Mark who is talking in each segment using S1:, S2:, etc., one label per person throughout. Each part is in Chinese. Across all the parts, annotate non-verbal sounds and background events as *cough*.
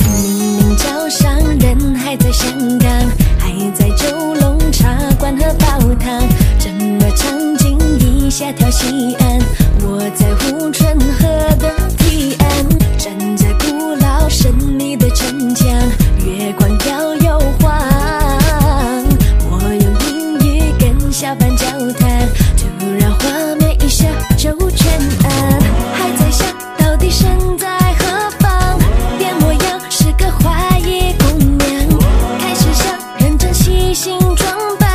S1: 明明早上人还在香港，还在九龙茶馆喝煲汤，整个场景一下跳西安，我在护城河的彼岸，站在古老神秘的城墙，月光摇又晃，我用英语跟小贩交谈，突然画面一下就全暗，还在想到底身在何方，变模样是个花衣姑娘，开始想认真细心装扮，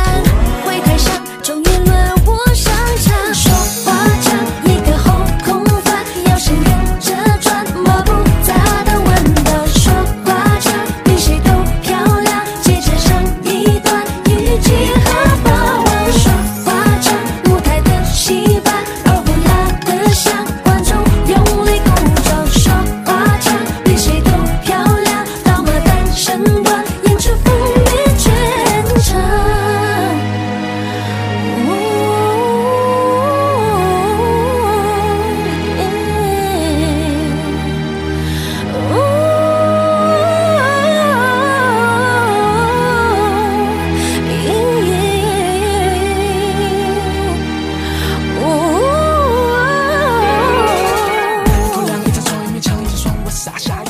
S1: 会台上终于轮我上场，说话像一个后空翻，腰身跟着转，马不杂的弯道，说话像比谁都漂亮，节奏上一段，一起和霸王说话像舞台的戏班，奥布拉的像观众用力鼓掌，说话像比谁都漂亮，刀马旦身段，演出风靡全场。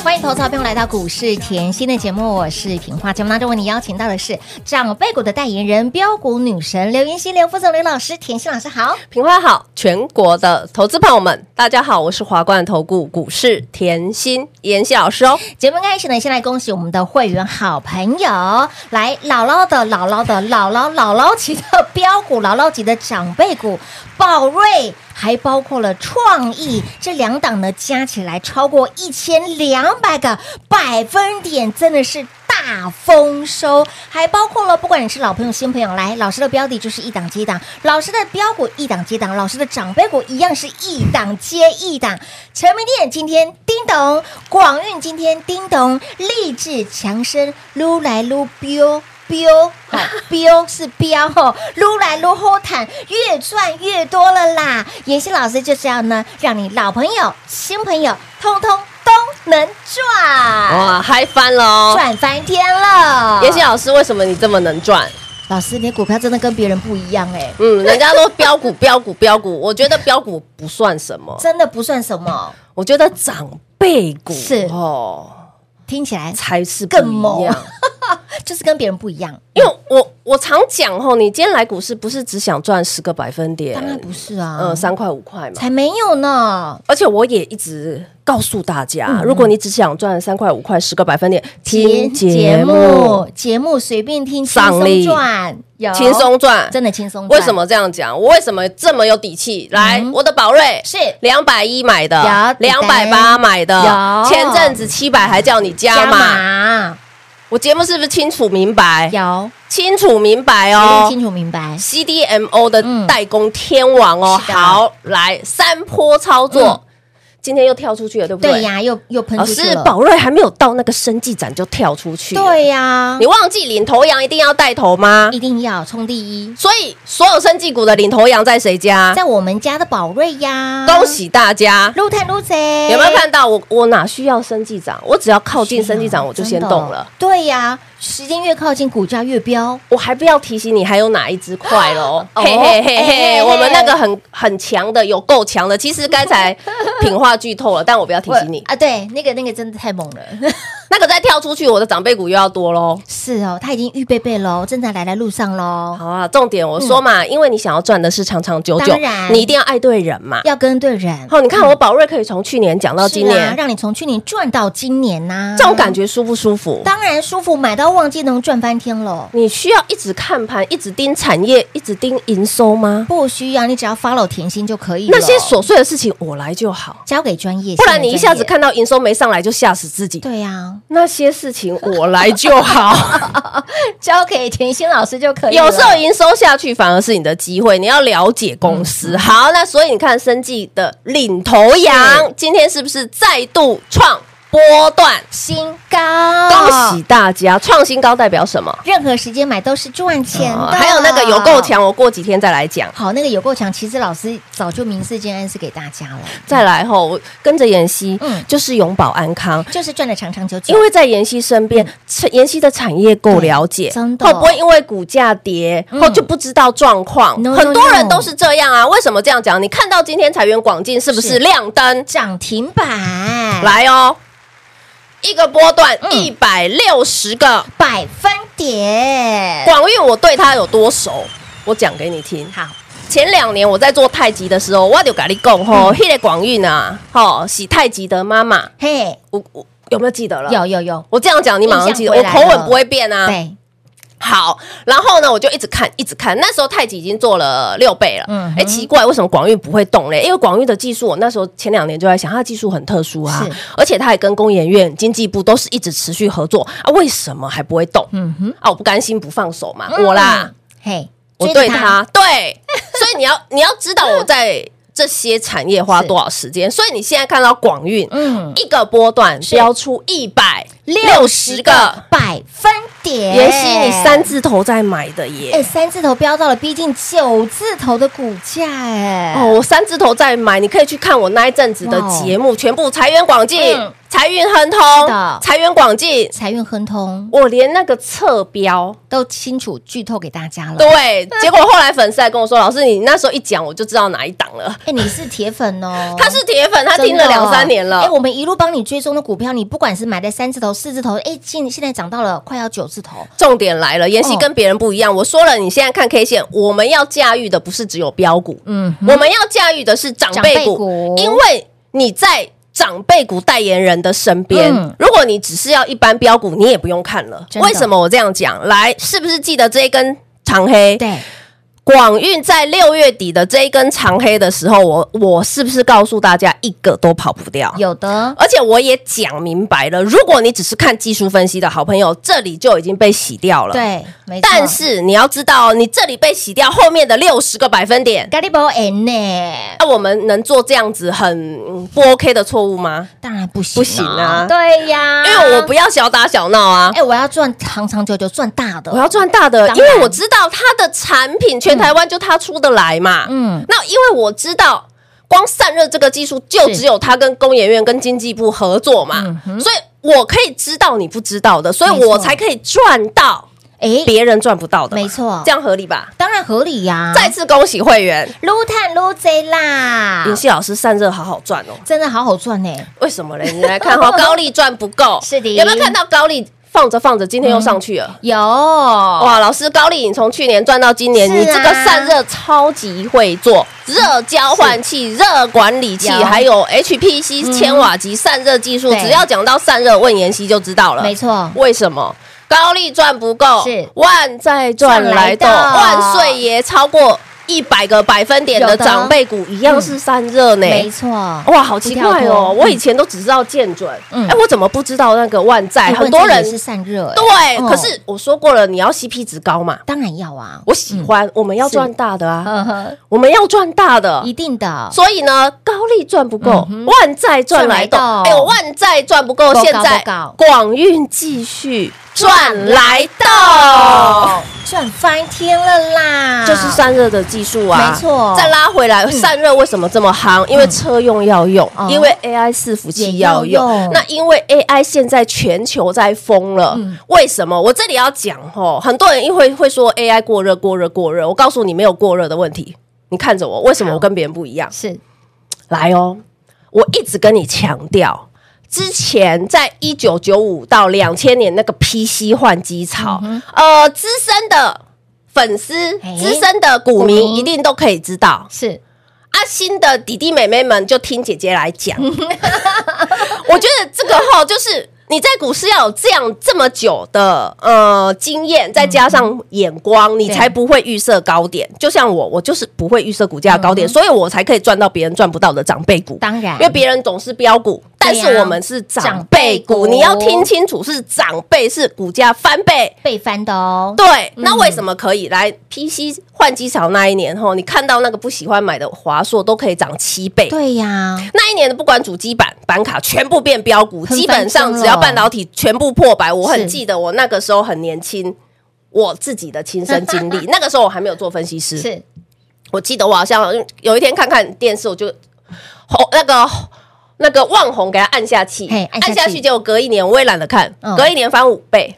S2: 欢迎投资好朋友来到股市甜心的节目，我是平花。节目当中为你邀请到的是长辈股的代言人标股女神刘云熙、刘副总、刘老师、甜心老师好。
S3: 平花好，全国的投资朋友们，大家好，我是华冠投顾股市甜心妍希老师哦。
S2: 节目开始呢，先来恭喜我们的会员好朋友，来姥姥的姥姥的姥姥姥姥级的标股，姥姥级的长辈股，宝瑞。还包括了创意这两档呢，加起来超过一千两百个百分点，真的是大丰收。还包括了，不管你是老朋友、新朋友，来老师的标的就是一档接一档，老师的标股一档接一档，老师的长辈股一样是一档接一档。全民店今天叮咚，广运今天叮咚，励志强身撸来撸 biu。标好标是标哦，撸来撸后坦，越赚越多了啦！妍希老师就是要呢，让你老朋友、新朋友通通都能赚，
S3: 哇，啊嗨翻了哦！
S2: 赚翻天了！
S3: 妍希老师，为什么你这么能赚？
S2: 老师，你的股票真的跟别人不一样哎、
S3: 嗯，人家都标股标股标股，我觉得标股不算什么，
S2: 真的不算什么，
S3: 我觉得长辈股
S2: 是
S3: 哦
S2: 听起来
S3: 才是不
S2: 更
S3: 一
S2: 猛
S3: 样。，
S2: 就是跟别人不一样。
S3: *laughs* 因为我我常讲吼，你今天来股市不是只想赚十个百分点，
S2: 当然不是啊，
S3: 呃，三块五块嘛，
S2: 才没有呢，
S3: 而且我也一直告诉大家，
S2: 嗯
S3: 如果你只想赚三块、五块、十个百分点，听节目
S2: 节目随便听，轻
S3: 上
S2: 松
S3: 力
S2: 赚，有
S3: 轻松赚，
S2: 真的轻松赚。
S3: 为什么这样讲？我为什么这么有底气？来，
S2: 嗯
S3: 我的宝瑞
S2: 是
S3: 两百一买的，
S2: 有
S3: 两百八买的，
S2: 有
S3: 前阵子七百还叫你加
S2: 加
S3: 码，
S2: 码？
S3: 我节目是不是清楚明白？
S2: 有，
S3: 清楚明白
S2: 我
S3: 哦
S2: 清。楚明白。
S3: CDMO
S2: 嗯
S3: 的代工天王哦，
S2: 是的嗯
S3: 好，来三波操作，今天又跳出去了，对不对？
S2: 对呀，又又喷
S3: 老
S2: 出去
S3: 师，
S2: 了。
S3: 哦宝瑞还没有到那个生技展就跳出去，，
S2: 对呀
S3: 你，忘记领头羊一定要带头吗
S2: 一？定要冲第一，
S3: 所以所有生技股的领头羊在谁家？
S2: 在我们家的宝瑞呀，
S3: 啊恭喜大家！
S2: 撸探撸贼，
S3: 有没有看到我？我哪需要生技长？我只要靠近
S2: 是啊
S3: 生技长，我就先
S2: 真的
S3: 动了。
S2: 对呀，时间越靠近，股价越飙。
S3: 我还不要提醒你还有哪一只快喽？
S2: 哦
S3: 嘿嘿嘿
S2: 嘿嘿
S3: 嘿，我们那个很很强的，有够强的。其实刚才品话剧透了，但我不要
S2: *laughs*
S3: 提
S2: 我
S3: 醒你，
S2: 啊，对，那个那个真的太猛了， *laughs*
S3: 那个再跳出去，我的长辈股又要多喽。
S2: 是哦，他已经预备备喽，正在来来路上喽，
S3: 好啊，重点我说嘛，因为你想要赚的是长长久久
S2: 嗯当然，
S3: 你一定要爱对人嘛。
S2: 要跟对人。
S3: 好，你看我宝瑞可以从去年讲到今
S2: 是啊
S3: 年，
S2: 让你从去年赚到今年呐、
S3: 这种感觉舒不舒服？
S2: 当然舒服，买到旺季能赚翻天喽。
S3: 你需要一直看盘，一直盯产业，一直盯营收吗？
S2: 不需要，你只要 follow 甜心就可以了。
S3: 那些琐碎的事情我来就好，
S2: 交给专业，
S3: 不然你一下
S2: 信任专
S3: 子
S2: 业，
S3: 看到营收没上来就吓死自己。
S2: 对呀、
S3: 那些事情我来就
S2: *laughs*
S3: 好，
S2: 交给甜心老师就可以了。
S3: 有时候营收下去反而是你的机会，你要了解公
S2: 嗯
S3: 司。好，那所以你看，生技的领头羊今天是不是再度创波段？
S2: 新高，
S3: 恭喜！大家，创新高代表什么？
S2: 任何时间买都是赚钱的。
S3: 哦还有那个有够，强，我过几天再来讲。
S2: 好，那个有够强，其实老师早就明示见暗示给大家
S3: *laughs*
S2: 了，
S3: 再来吼，我跟着妍希，
S2: 嗯
S3: 就是永保安康。
S2: 就是赚的长长久久。
S3: 因为在妍希身边，产妍希的产业够了解，
S2: 嗯对真的
S3: 会不会因为股价跌，
S2: 嗯
S3: 后就不知道状况？
S2: No, no,
S3: 很多人
S2: no
S3: 都是这样啊。为什么这样讲？你看到今天财源广进是不
S2: 是
S3: 是亮灯？
S2: 涨停板
S3: 来哦，一个波段
S2: 嗯呃
S3: 一百六十个，
S2: 百分点，
S3: 广运我对它有多熟？我讲给你听。
S2: 好，
S3: 前两年我在做太极的时候，我就跟你讲
S2: 嗯
S3: 吼，迄、个广运啊，吼是太极的妈妈，
S2: 嘿，
S3: 我我有没有记得了？
S2: 有有有，
S3: 我这样讲你马上记得，
S2: 印
S3: 我
S2: 象
S3: 口
S2: 回来了
S3: 吻不会变啊。
S2: 对，
S3: 好，然后呢，我就一直看，一直看。那时候太极已经做了六倍了，
S2: 嗯
S3: 嗯
S2: 哼，
S3: 哎，奇怪，为什么广运不会动嘞？因为广运的技术，我那时候前两年就在想，它的技术很特殊啊
S2: 是，
S3: 而且它也跟工研院、经济部都是一直持续合作啊，为什么还不会动？
S2: 嗯哼，
S3: 啊，我不甘心不放手嘛，我啦
S2: 嗯，，嘿，
S3: 我
S2: 追着
S3: 对它，对， *laughs* 所以你要你要知道我在这些产业花
S2: *laughs* 是
S3: 多少时间，所以你现在看到广运，
S2: 嗯，
S3: 一个波段标出一百六十
S2: 60
S3: 个。
S2: 百分点，
S3: 妍希，你三。字头在买的耶？
S2: 哎，三字头飙到了逼近九字头的股价，哎，哦
S3: 哦，，我三字头在买，你可以去看我那一阵子的节目，全部财源广进
S2: 嗯、
S3: 财运亨通
S2: 是的、
S3: 财源广进，
S2: 财运亨通
S3: 我连那个侧标，
S2: 都清楚剧透给大家了。
S3: 对，结果后来粉丝还跟我说，老师你那时候一讲我就知道哪一档了。
S2: 哎，你是铁粉哦，
S3: *laughs* 他是铁粉，他
S2: 真的
S3: 听了两三年
S2: 哎，
S3: 了。
S2: 我们一路帮你追踪的股票，你不管是买在三字头、四字头，哎，现现在涨到了快要九字头，
S3: 重点来了，妍希
S2: 哦
S3: 跟别人不一样。我说了，你现在看 K 线，我们要驾驭的不是只有标股，
S2: 嗯，
S3: 我们要驾驭的是长辈
S2: 长辈
S3: 股，
S2: 股
S3: 因为你在长辈股代言人的身边。
S2: 嗯
S3: 如果你只是要一般标股，你也不用看了。
S2: 真的
S3: 为什么我这样讲？来，是不是记得这一根长黑？
S2: 对，
S3: 广运在六月底的这一根长黑的时候，我我是不是告诉大家一个都跑不掉？
S2: 有的，
S3: 而且我也讲明白了，如果你只是看技术分析的好朋友，这里就已经被洗掉了。。
S2: 对，没错。
S3: 但是你要知道哦，你这里被洗掉，后面的六十个百分点
S2: 咖喱包 N 呢？
S3: 那我们能做这样子很嗯不 OK 的错误吗？
S2: 当然不行、
S3: 不行啊
S2: 对呀，
S3: 因为我不要小打小闹啊
S2: 哎、，我要赚长长久久，赚大的。
S3: 我要赚大的，
S2: 当然
S3: 因为我知道它的产品全台湾就它出得来嘛。
S2: 嗯，
S3: 那因为我知道。光散热这个技术就只有它跟工研院跟经济部合作嘛，所以我可以知道你不知道的，所以
S2: 嗯没错
S3: 我才可以赚到
S2: 哎、
S3: 别人赚不到的嘛。
S2: 没错
S3: 这样合理吧？
S2: 当然合理呀、
S3: 再次恭喜会员，
S2: 撸碳撸贼啦
S3: 林，夕老师散热好好赚哦。
S2: 真的好好赚呢、
S3: 为什么嘞？你来看
S2: *laughs*
S3: 哈，高利赚不够，
S2: 是的嗯
S3: 有没有看到高利放着放着，今天又上去了？哦
S2: 有
S3: 哇，老师，高利你从去年赚到今年，
S2: 是啊
S3: 你这个散热超级会做，热交换器、热管理器，
S2: 有嗯
S3: 还有 HPC 千瓦级散热技术，
S2: 对
S3: 只要讲到散热，问妍希就知道了。
S2: 没错
S3: 为什么？高利赚不够，
S2: 是
S3: 万债赚来的，
S2: 赚来的
S3: 万岁爷超过一百个百分点
S2: 有
S3: 的
S2: 的
S3: 长辈股一样是散热呢，
S2: 没错，
S3: 哇，好奇
S2: 不
S3: 怪
S2: 跳脱
S3: 哦！我以前都只知道建准，
S2: 嗯
S3: 哎，我怎么不知道那个万载？
S2: 哎
S3: 很多人
S2: 也是散热、哎
S3: 对，
S2: 哦
S3: 可是我说过了，你要 CP 值高嘛。
S2: 当然要啊，
S3: 我喜欢，我们要赚大的啊，
S2: 呵呵，
S3: 我们要赚大的
S2: 嗯一。定的，
S3: 所以呢，高利赚不够，万债赚来的。
S2: 赚来的
S3: 哎呦，万债赚不够，
S2: 不够
S3: 现在
S2: 不够
S3: 广运继续赚来的。
S2: 哦，赚翻天了啦，
S3: 就是散热的技术啊，
S2: 啊没错嗯
S3: 再拉回来，散热为什么这么夯？因为车用要用
S2: 哦，
S3: 因为 AI 伺服器要
S2: 也要用
S3: 用。那因为 AI 现在全球在疯了，
S2: 嗯
S3: 为什么？我这里要讲哦，很多人一会会说 AI 过热、过热、过热。我告诉你，没有过热的问题。你看着我，为什么我跟别人不一样？
S2: 是
S3: 来哦，我一直跟你强调，之前在一九九五到两千年那个 PC 换机潮，呃，资深的粉丝、
S2: 嗯哎
S3: 资深的股
S2: 股
S3: 民
S2: 民
S3: 一定都可以知道。
S2: 是
S3: 啊，新的弟弟妹妹们就听姐姐来讲。 *laughs* 我觉得这个后就是你在股市要有这样这么久的呃经验，再加上眼光，
S2: 嗯
S3: 你
S2: 对
S3: 才不会预设高点。就像我，我就是不会预设股价高
S2: 嗯
S3: 点，所以我才可以赚到别人赚不到的长辈股。
S2: 当然
S3: 因为别人总是标股，但是我们是长辈
S2: 长辈股
S3: 股，你要听清楚，是长辈是股价翻倍。
S2: 被翻的哦。
S3: 对，那为什么可以来 PC 换机潮那一年吼，你看到那个不喜欢买的华硕都可以涨七倍。
S2: 对呀，
S3: 那一年的不管主机板、板卡全部变标股，
S2: 很
S3: 基本
S2: 翻
S3: 上
S2: 身
S3: 只要
S2: 了
S3: 半导体全部破百，我
S2: 是
S3: 很记得我那个时候很年轻，我自己的亲身经历。那个时候我还没有做分析师，
S2: 是
S3: 我记得我好像有一天看看电视，我就红那个那个望红给它按下去
S2: 嘿，按下去
S3: 结果隔一年我也懒得看，
S2: 嗯
S3: 隔一年翻五倍，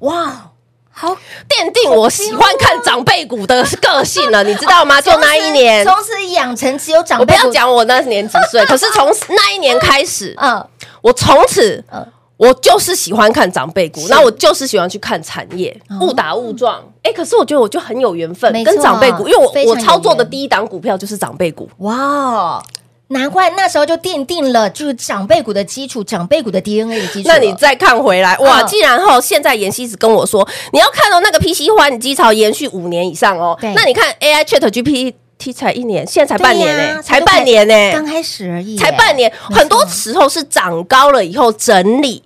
S2: 哇，好，
S3: 奠定我喜欢看长辈股的个性了，你知道吗？就那一年，
S2: 从此养成只有长辈
S3: 我不要
S2: 股，
S3: 讲我那年几岁，可是从那一年开始，
S2: 嗯，
S3: 我从此
S2: 嗯
S3: 我就是喜欢看长辈股，那我就是喜欢去看产业，误打误撞。哎，可是我觉得我就很有缘分
S2: 哦没，错啊
S3: 跟长辈股，因为我
S2: 非常有
S3: 我
S2: 缘
S3: 操作的第一档股票就是长辈股。
S2: 哇哦。难怪那时候就奠定了就是长辈股的基础，长辈股的 DNA 的基础了。
S3: 那你再看回来，哇！
S2: 嗯
S3: 既然后现在妍希只跟我说，你要看到那个 PC 换机潮延续五年以上哦
S2: 对，
S3: 那你看 AI Chat GPT 才一年，现在才半年
S2: 对呀
S3: 呢，才半年呢，
S2: 刚开始而已，
S3: 才半年，
S2: 没错
S3: 很多时候是长高了以后整理，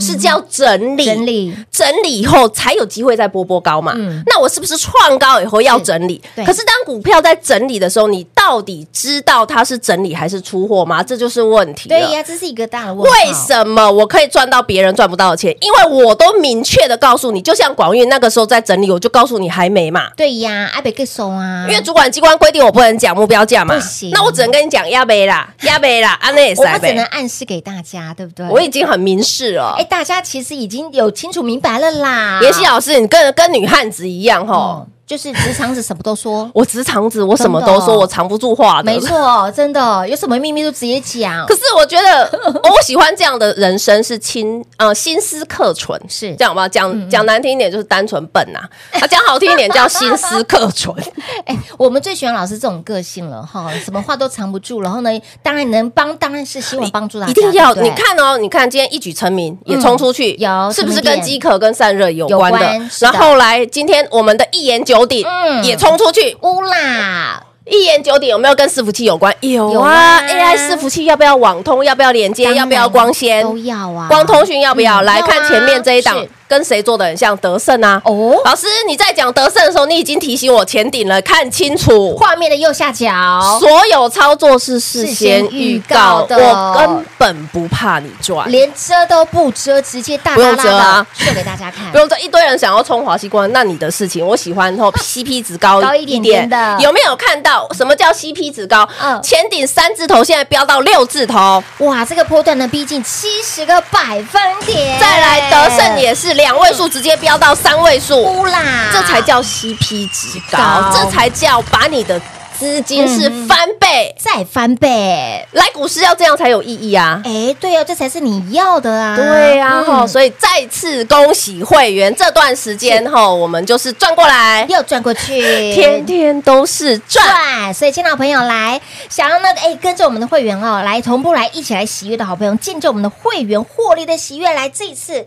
S3: 是叫整理，
S2: 嗯整理
S3: 整理以后才有机会再波波高嘛。
S2: 嗯
S3: 那我是不是创高以后要整理
S2: 对？
S3: 可是当股票在整理的时候，你到底知道它是整理还是出货吗？这就是问题了。
S2: 对呀，这是一个大的问号
S3: 为什么我可以赚到别人赚不到的钱？因为我都明确的告诉你，就像广运那个时候在整理，我就告诉你还没嘛。
S2: 对呀，阿北更松啊，
S3: 因为主管机关规定我不能讲目标价嘛
S2: 不行，
S3: 那我只能跟你讲压杯
S2: *laughs*
S3: 啦，压杯啦，啊安内
S2: 我
S3: 塞
S2: 们只能
S3: 呗。
S2: 暗示给大家，对不对？
S3: 我已经很明示了
S2: 哎，。大家其实已经有清楚明白了啦。
S3: 妍希老师，你跟跟女汉子一样
S2: 哦
S3: 吼，，，
S2: 就是直肠子什么都说
S3: 嗯 *laughs* 我直肠子，我什么
S2: 真
S3: 都
S2: 的哦
S3: 说，我藏不住话的
S2: 没。错，哦真的有什么秘密就直接讲
S3: 可。是我觉
S2: *laughs*
S3: 得哦我喜欢这样的人生是清呃心思克纯，
S2: 是嗯
S3: 这样吧？讲讲难听一点就是单纯笨呐，啊讲好听一点叫心思
S2: *laughs*
S3: 克纯。
S2: 哎，我们最喜欢老师这种个性了哈，什么话都藏不住。然后呢，当然能帮，当然是希望帮助大家。
S3: 一定要
S2: 对不
S3: 你
S2: 对，
S3: 看哦，你看今天一举成名也冲出去，
S2: 有
S3: 是不是
S2: 成名
S3: 跟
S2: 店
S3: 饥渴跟散热有关的
S2: 有关？是的
S3: 然后后来今天我们的一言九鼎
S2: 嗯
S3: 也冲出去，
S2: 乌啦，
S3: 一言九鼎有没有跟伺服器有关？有
S2: 有啊
S3: 啊，AI 伺服器要不要网通？要不要连接？
S2: 当然
S3: 要不要光纤？
S2: 都要啊，
S3: 光通讯要不要？
S2: 嗯
S3: 来
S2: 要啊
S3: 看前面这一档
S2: 是
S3: 跟谁做的很像？德胜啊。
S2: 哦，
S3: 老师，你在讲德胜的时候，你已经提醒我前顶了，看清楚。
S2: 画面的右下角，
S3: 所有操作是事先
S2: 事先预
S3: 预
S2: 告
S3: 告，
S2: 的
S3: 我根本不怕你赚。
S2: 连遮都不遮，直接大
S3: 不
S2: 拉
S3: 用
S2: 拉
S3: 遮
S2: 的
S3: 啊
S2: 秀给大家看
S3: 不。用这一堆人想要冲华西光，那你的事情，我喜欢后 CP 值啊高
S2: 高一点点的
S3: 有没有看到什么叫 CP 值高？
S2: 嗯
S3: 前顶三字头现在飙到六字头，
S2: 哇，这个波段呢，逼近七十个百分点，
S3: 再来德胜也是两位数，直接飙到三位数，
S2: 乌啦，
S3: 这才叫 CP 值
S2: 高
S3: 高，这才叫把你的资金是翻倍。
S2: 再翻倍。
S3: 来股市要这样才有意义啊！
S2: 哎，对哦，这才是你要的啊！
S3: 对呀，
S2: 嗯
S3: 哈，所以再次恭喜会员，这段时间哈，我们就是转过来，
S2: 又转过去，
S3: *laughs* 天天都是赚。
S2: 赚。所以，亲老朋友来，想要那个哎，跟着我们的会员哦，来同步来一起来喜悦的好朋友，见证我们的会员获利的喜悦。来，这一次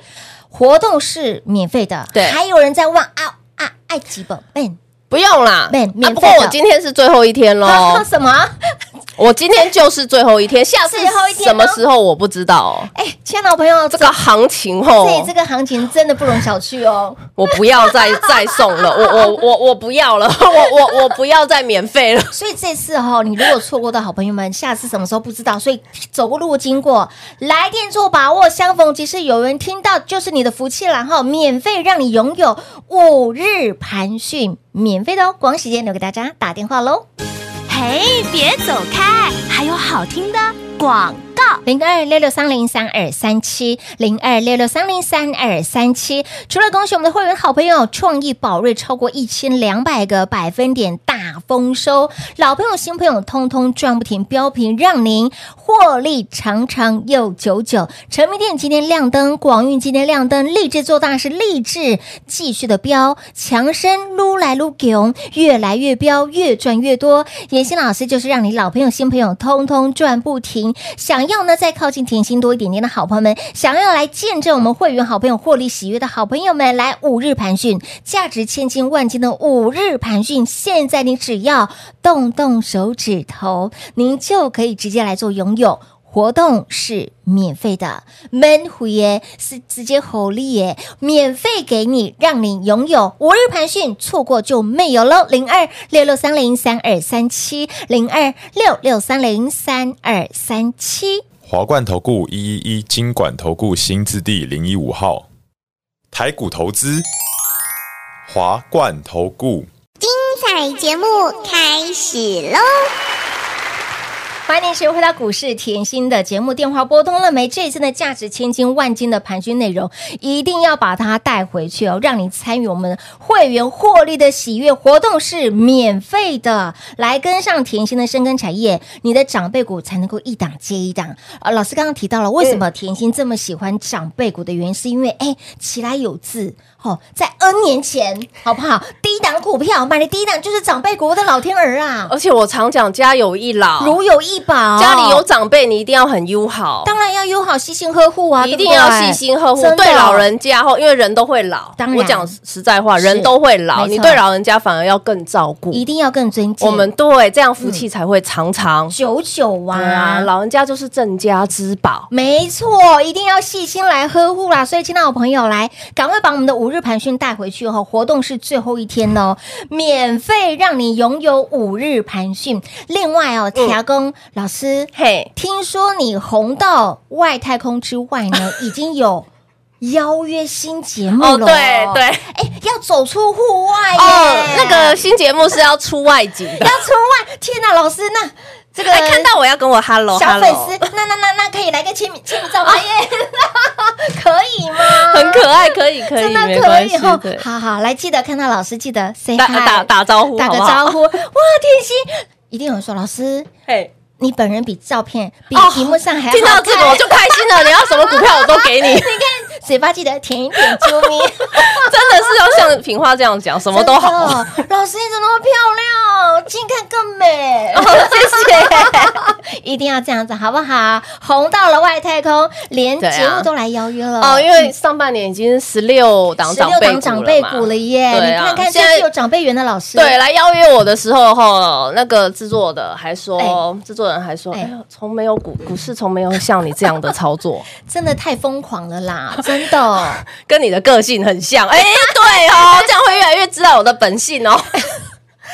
S2: 活动是免费的，
S3: 对
S2: 还有人在问啊啊，爱几本嗯，
S3: 不用啦，
S2: 免免
S3: 啊，
S2: 费的
S3: 不过我今天是最后一天喽
S2: 啊 *laughs* ，什么？
S3: 我今天就是最后一天，下次
S2: 最后一天哦
S3: 什么时候我不知道哦。
S2: 哎，亲老朋
S3: *laughs*
S2: 友，这
S3: 这个哦行情
S2: 这
S3: 吼
S2: 这，个行情真的不容小觑哦。
S3: 我不要再再送了，我我我我不要了， *laughs* 我我我不要再免费了。
S2: 所以这次哈、你如果错过的好朋友们，下次什么时候不知道，所以走过路过经过，来电做把握，相逢即是有人听到，就是你的福气了哈！免费让你拥有五日盘讯，免费的哦，光时间留给大家打电话喽。
S4: 嘿，别走开，还有好听的广告。到。
S2: 零二六六三零三二三七，零二六六三零三二三七。除了恭喜我们的会员好朋友创意宝瑞超过一千两百个百分点大丰收，老朋友新朋友通通赚不停，标平让您获利长长又久久。成名店今天亮灯，广运今天亮灯，立志做大事，立志继续的飙，强身撸来撸囧，越来越飙，越赚越多。妍希老师就是让你老朋友、新朋友通通赚不停。想要呢再靠近甜心多一点点的好朋友们，想要来见证我们会员好朋友获利喜悦的好朋友们，来五日盘讯，价值千金万金的五日盘讯，现在你只要动动手指头，您就可以直接来做拥有。活动是免费的，门虎耶是直接吼力耶，免费给你，让你拥有五日盘讯，错过就没有喽。零二六六三零三二三七，零二六六三零三二三七。
S5: 华冠投顾一一一金管投顾新字第零一五号，台股投资，华冠投顾。
S6: 彩节目开始喽！
S2: 欢迎持续回到股市甜心的节目，电话拨通了没？这一次的价值千金万金的盘讯内容，一定要把它带回去哦，让你参与我们会员获利的喜悦活动是免费的，来跟上甜心的深耕产业，你的长辈股才能够一档接一档。呃，老师刚刚提到了为什么甜心这么喜欢长辈股的原因，是因为哎，起来有字哦，在 N 年前好不好？第一档股票买的第一档就是长辈股，我的老天儿啊！
S3: 而且我常讲家有一老，
S2: 如有一宝，
S3: 哦家里有长辈，你一定要很友好，
S2: 当然要友好、细心呵护啊，
S3: 一
S2: 对
S3: 定
S2: 不对
S3: 要细心呵护
S2: 真的哦
S3: 对老人家后，因为人都会老。
S2: 当然
S3: 我讲实在话，
S2: 是
S3: 人都会老，
S2: 没错
S3: 你对老人家反而要更照顾。
S2: 一定要更尊敬
S3: 我们对这样福气才会长长。
S2: 九九
S3: 对啊，
S2: 啊。
S3: 老人家就是镇家之宝。
S2: 没错，一定要细心来呵护啦！所以，亲爱的朋友，来赶快把我们的五日盘讯带回去哦！活动是最后一天哦，免费让你拥有五日盘讯。另外哦，铁牙公老师，
S3: 嗯嘿，
S2: 听说你红到外太空之外
S3: *laughs*
S2: 呢，已经有邀约新节目了、
S3: 哦，对对，，
S2: 哎，要走出户外耶！
S3: 哦，那个新节目是要出外景的
S2: *laughs* 要。出外，天哪，老师，那这个
S3: 哎看到我要跟我 hello
S2: 小
S3: hello，
S2: 粉丝，那那那那可以来个签名签名照吗？耶， *laughs* 可以吗？
S3: 很可爱，可以可
S2: 啊
S3: 以，
S2: 真
S3: 没
S2: 的可
S3: 关
S2: 以
S3: 系
S2: 哦
S3: 对，
S2: 好好来，记得看到老师，记得 say
S3: 打
S2: hi，
S3: 打打招呼，
S2: 打个
S3: 好不好
S2: 招呼。哇，甜心，一定有人说老师，
S3: 嘿，
S2: 你本人比照片比
S3: 哦
S2: 题目上哎还好
S3: 听到这个
S2: 看
S3: 我就开
S2: *laughs*
S3: 心了。你要什么股票我都给你，
S2: 嘴巴记得舔一舔，啾咪，
S3: 真的是要像品花这样讲， *laughs* 什么都好。 *laughs*
S2: 真的。哦老师你怎么那么漂亮？近看更
S3: *laughs*
S2: 美。
S3: 哦
S2: 谢谢，一定要这样子好不好？红到了外太空，连
S3: 对啊
S2: 节目都来邀约了
S3: 哦，因为上半年已经十六档
S2: 十
S3: 长
S2: 六
S3: 辈
S2: 档长辈股
S3: 股
S2: 了
S3: 了嘛。
S2: 耶！
S3: 对
S2: 你
S3: 啊
S2: 看看，这
S3: 现在
S2: 是有长辈缘的老师，
S3: 对，，来邀约我的时候，哈，那个制作的还说
S2: 哎，
S3: 制作人还说，
S2: 哎
S3: 哎呦，从没有股股市从没有像你这样的操
S2: *laughs*
S3: 作，
S2: 真的太疯狂了
S3: *laughs*
S2: 啦，真的。
S3: 跟你的个性很像。哎，对哦，这样会越来越知道我的本性哦。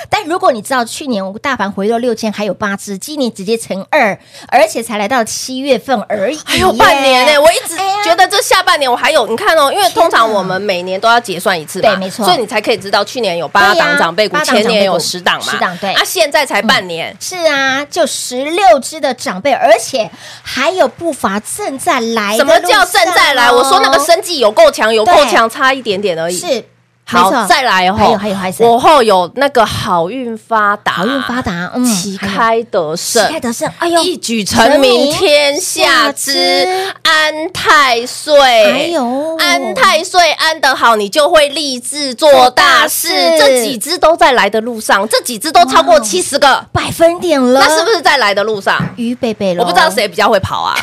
S2: 但如果你知道去年大盘回落六千，还有八只，今年直接乘二，而且才来到七月份而已，
S3: 还有半年呢、
S2: 耶
S3: 我一直
S2: 哎呀
S3: 觉得这下半年我还有，你看哦，因为通常我们每年都要结算一次嘛，
S2: 对没错
S3: 所以你才可以知道去年有八
S2: 对呀
S3: 档长辈股
S2: 八，档
S3: 前年
S2: 长辈股
S3: 有十档嘛，
S2: 十档对
S3: 啊，现在才半年，
S2: 是啊，就十六只的长辈，而且还有不乏正在来的
S3: 什
S2: 路上
S3: 么
S2: 哦。
S3: 叫正在来？我说那个生计有够强，有够
S2: 对
S3: 强，差一点点而已。
S2: 是没
S3: 好，
S2: 错
S3: 再来哦，
S2: 还有还有还有谁
S3: 我后有那个好运啊发达，
S2: 好运发达，嗯，
S3: 旗
S2: 还有
S3: 开得
S2: 旗
S3: 胜，
S2: 开得胜，哎呦，
S3: 一举成名，天下
S2: 天
S3: 知
S2: 下知。
S3: 安太岁，
S2: 哎呦
S3: 安太岁安得好，你就会立志做大事
S2: 做大事。
S3: 这几只都在来的路上，这几只都超
S2: 哇
S3: 过
S2: 哦
S3: 七十个，
S2: 百分点了，
S3: 那是不是在来的路上？
S2: 于贝贝了？
S3: 我不知道谁比较会跑啊，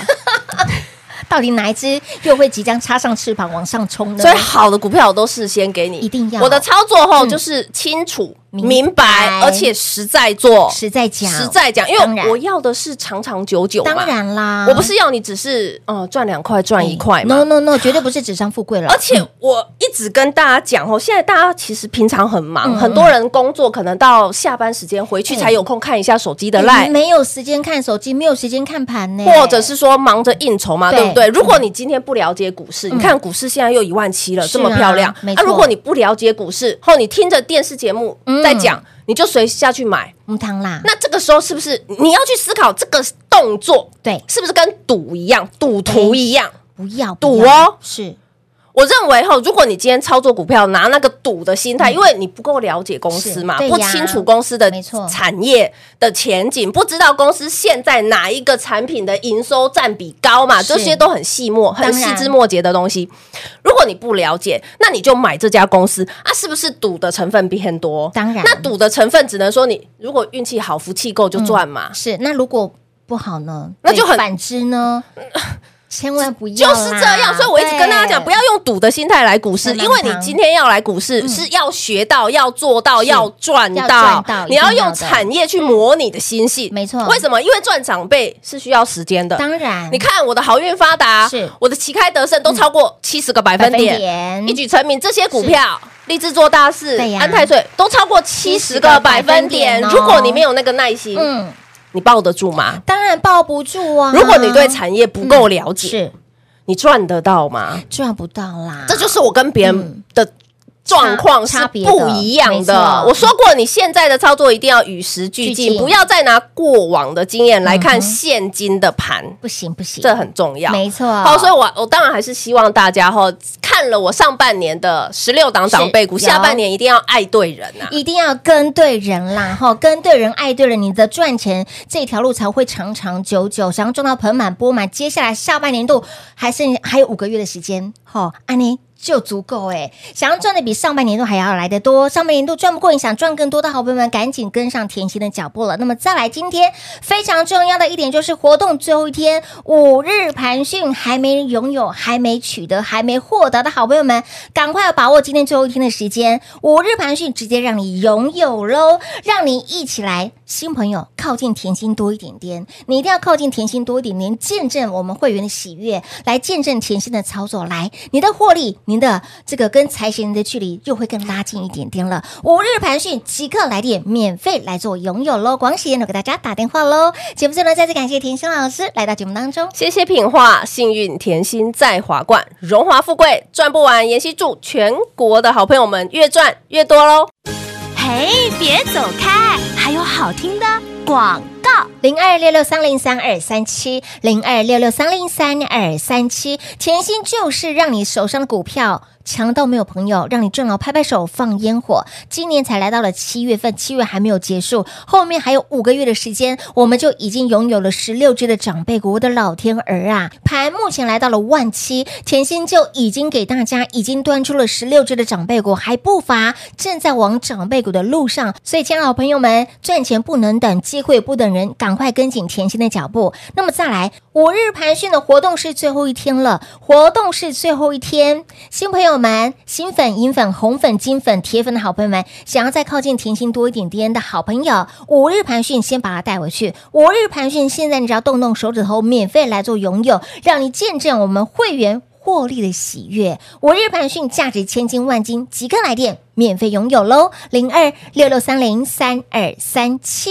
S2: 到底哪一只又会即将插上翅膀往上冲呢？
S3: 所以好的股票我都事先给你，
S2: 一定要
S3: 我的操作后
S2: 嗯
S3: 就是清楚、
S2: 明
S3: 明
S2: 白
S3: 白，而且实在做，
S2: 实在讲，
S3: 实在讲，因
S2: 当然
S3: 为我要的是长长久久嘛。
S2: 当然啦，
S3: 我不是要你只是呃赚两块赚一块嘛。
S2: ，no no no，绝对不是纸上富贵了。
S3: 而且我一直跟大家讲哦，现在大家其实平常很忙，
S2: 嗯
S3: 很多人工作可能到下班时间回去才有空看一下手机的
S2: 哎
S3: 赖、
S2: 没有时间看手机，没有时间看盘呢，
S3: 或者是说忙着应酬嘛，
S2: 嗯对嗯
S3: 对不对？如果你今天不了解股市，你看股市现在又一万七了，
S2: 是
S3: 这
S2: 啊
S3: 么漂亮，
S2: 没
S3: 啊
S2: 错
S3: 如果你不了解股市，后你听着电视节目，在
S2: 嗯
S3: 讲，你就随下去买。
S2: 木汤啦，
S3: 那这个时候是不是你要去思考这个动作？
S2: 对
S3: 是不是跟赌一样，赌徒一样？
S2: 不要
S3: 赌
S2: 不要
S3: 哦
S2: 是
S3: 我认为哈，如果你今天操作股票拿那个赌的心态，因为你不够了解公司嘛，
S2: 嗯是对呀
S3: 不清楚公司的
S2: 没错
S3: 产业的前景，不知道公司现在哪一个产品的营收占比高嘛，
S2: 是
S3: 这些都很细末、很
S2: 当
S3: 细
S2: 然
S3: 枝末节的东西。如果你不了解，那你就买这家公司啊，是不是赌的成分比很多？
S2: 当然
S3: 那赌的成分只能说你如果运气好、福气够就赚嘛。
S2: 是。那如果不好呢？
S3: 那就
S2: 对
S3: 很
S2: 反之
S3: *laughs*
S2: 呢，千万不要
S3: 就
S2: 啦，
S3: 是这样，所以我一直跟大家讲，
S2: 对
S3: 不要用赌的心态来股市，
S2: 很难
S3: 因为你
S2: 扛
S3: 今天要来股市是要学到、要做到、
S2: 是
S3: 要赚
S2: 要
S3: 到
S2: 赚到，
S3: 你
S2: 一定要
S3: 要用
S2: 的
S3: 产业去磨你的心性。
S2: 没错
S3: 为什么？因为赚长辈是需要时间的。
S2: 当然
S3: 你看我的好运发达
S2: 是，嗯
S3: 我的旗开得胜都超过七十个百分
S2: 百分
S3: 点，
S2: 点
S3: 一举成名。这些股票，立志做大事
S2: 对呀，
S3: 安泰税都超过七十个百分点。
S2: 70个百分点哦
S3: 如果你没有那个耐心，
S2: 嗯，
S3: 你抱得住吗？
S2: 当然抱不住啊。
S3: 如果你对产业不够了解，
S2: 嗯是
S3: 你赚得到吗？
S2: 赚不到啦，
S3: 这就是我跟别人的状况是
S2: 差别的
S3: 不一样
S2: 没
S3: 的
S2: 错。
S3: 我说过，你现在的操作一定要与时俱
S2: 俱
S3: 进，
S2: 进
S3: 不要再拿过往的经验来看现今的盘，
S2: 不行不行，
S3: 这很重要。
S2: 没错。
S3: 好，所以我我当然还是希望大家哈，看了我上半年的十六档长辈股，
S2: 是
S3: 下半年一定要爱对人啊呐、
S2: 一定要跟对人啦，哈，跟对人，爱对了，你的赚钱这条路才会长长久久。想要赚到盆满钵满，接下来下半年度还剩还有五个月的时间，哈，安妮。就足够哎、想要赚的比上半年度还要来得多，上半年度赚不过瘾，想赚更多的好朋友们，赶紧跟上甜心的脚步了。那么再来，今天非常重要的一点就是活动最后一天，五日盘讯还没拥有、还没取得、还没获得的好朋友们，赶快把握今天最后一天的时间，五日盘讯直接让你拥有喽，让你一起来新朋友靠近甜心多一点点，你一定要靠近甜心多一点点，见证我们会员的喜悦，来见证甜心的操作，来你的获利，您的这个跟财神的距离又会更拉近一点点了。五日盘讯即刻来电，免费来做拥有喽，广喜都给大家打电话喽。节目最后呢，再次感谢甜心老师来到节目当中。
S3: 谢谢品画，幸运甜心在华冠，荣华富贵赚不完。妍希祝全国的好朋友们越赚越多喽！
S4: 嘿，别走开，还有好听的广告。
S2: 零二六六三零三二三七，零二六六三零三二三七，甜心就是让你手上的股票。强到没有朋友，让你正好拍拍手放烟火。今年才来到了七月份，七月还没有结束，后面还有五个月的时间，我们就已经拥有了十六只的长辈股。我的老天儿啊！盘目前来到了万七，甜心就已经给大家已经端出了十六只的长辈股，还不乏正在往长辈股的路上。所以，亲爱的好朋友们，赚钱不能等，机会不等人，赶快跟紧甜心的脚步。那么再来，五日盘讯的活动是最后一天了，活动是最后一天，新朋友们、新粉、银粉、红粉、金粉、铁粉的好朋友们，想要再靠近甜心多一点点的好朋友，五日盘讯先把它带回去。五日盘讯现在你只要动动手指头，免费来做拥有，让你见证我们会员。获利的喜悦，五日盘讯价值千金万金，即刻来电免费拥有喽！零二六六三零三二三七。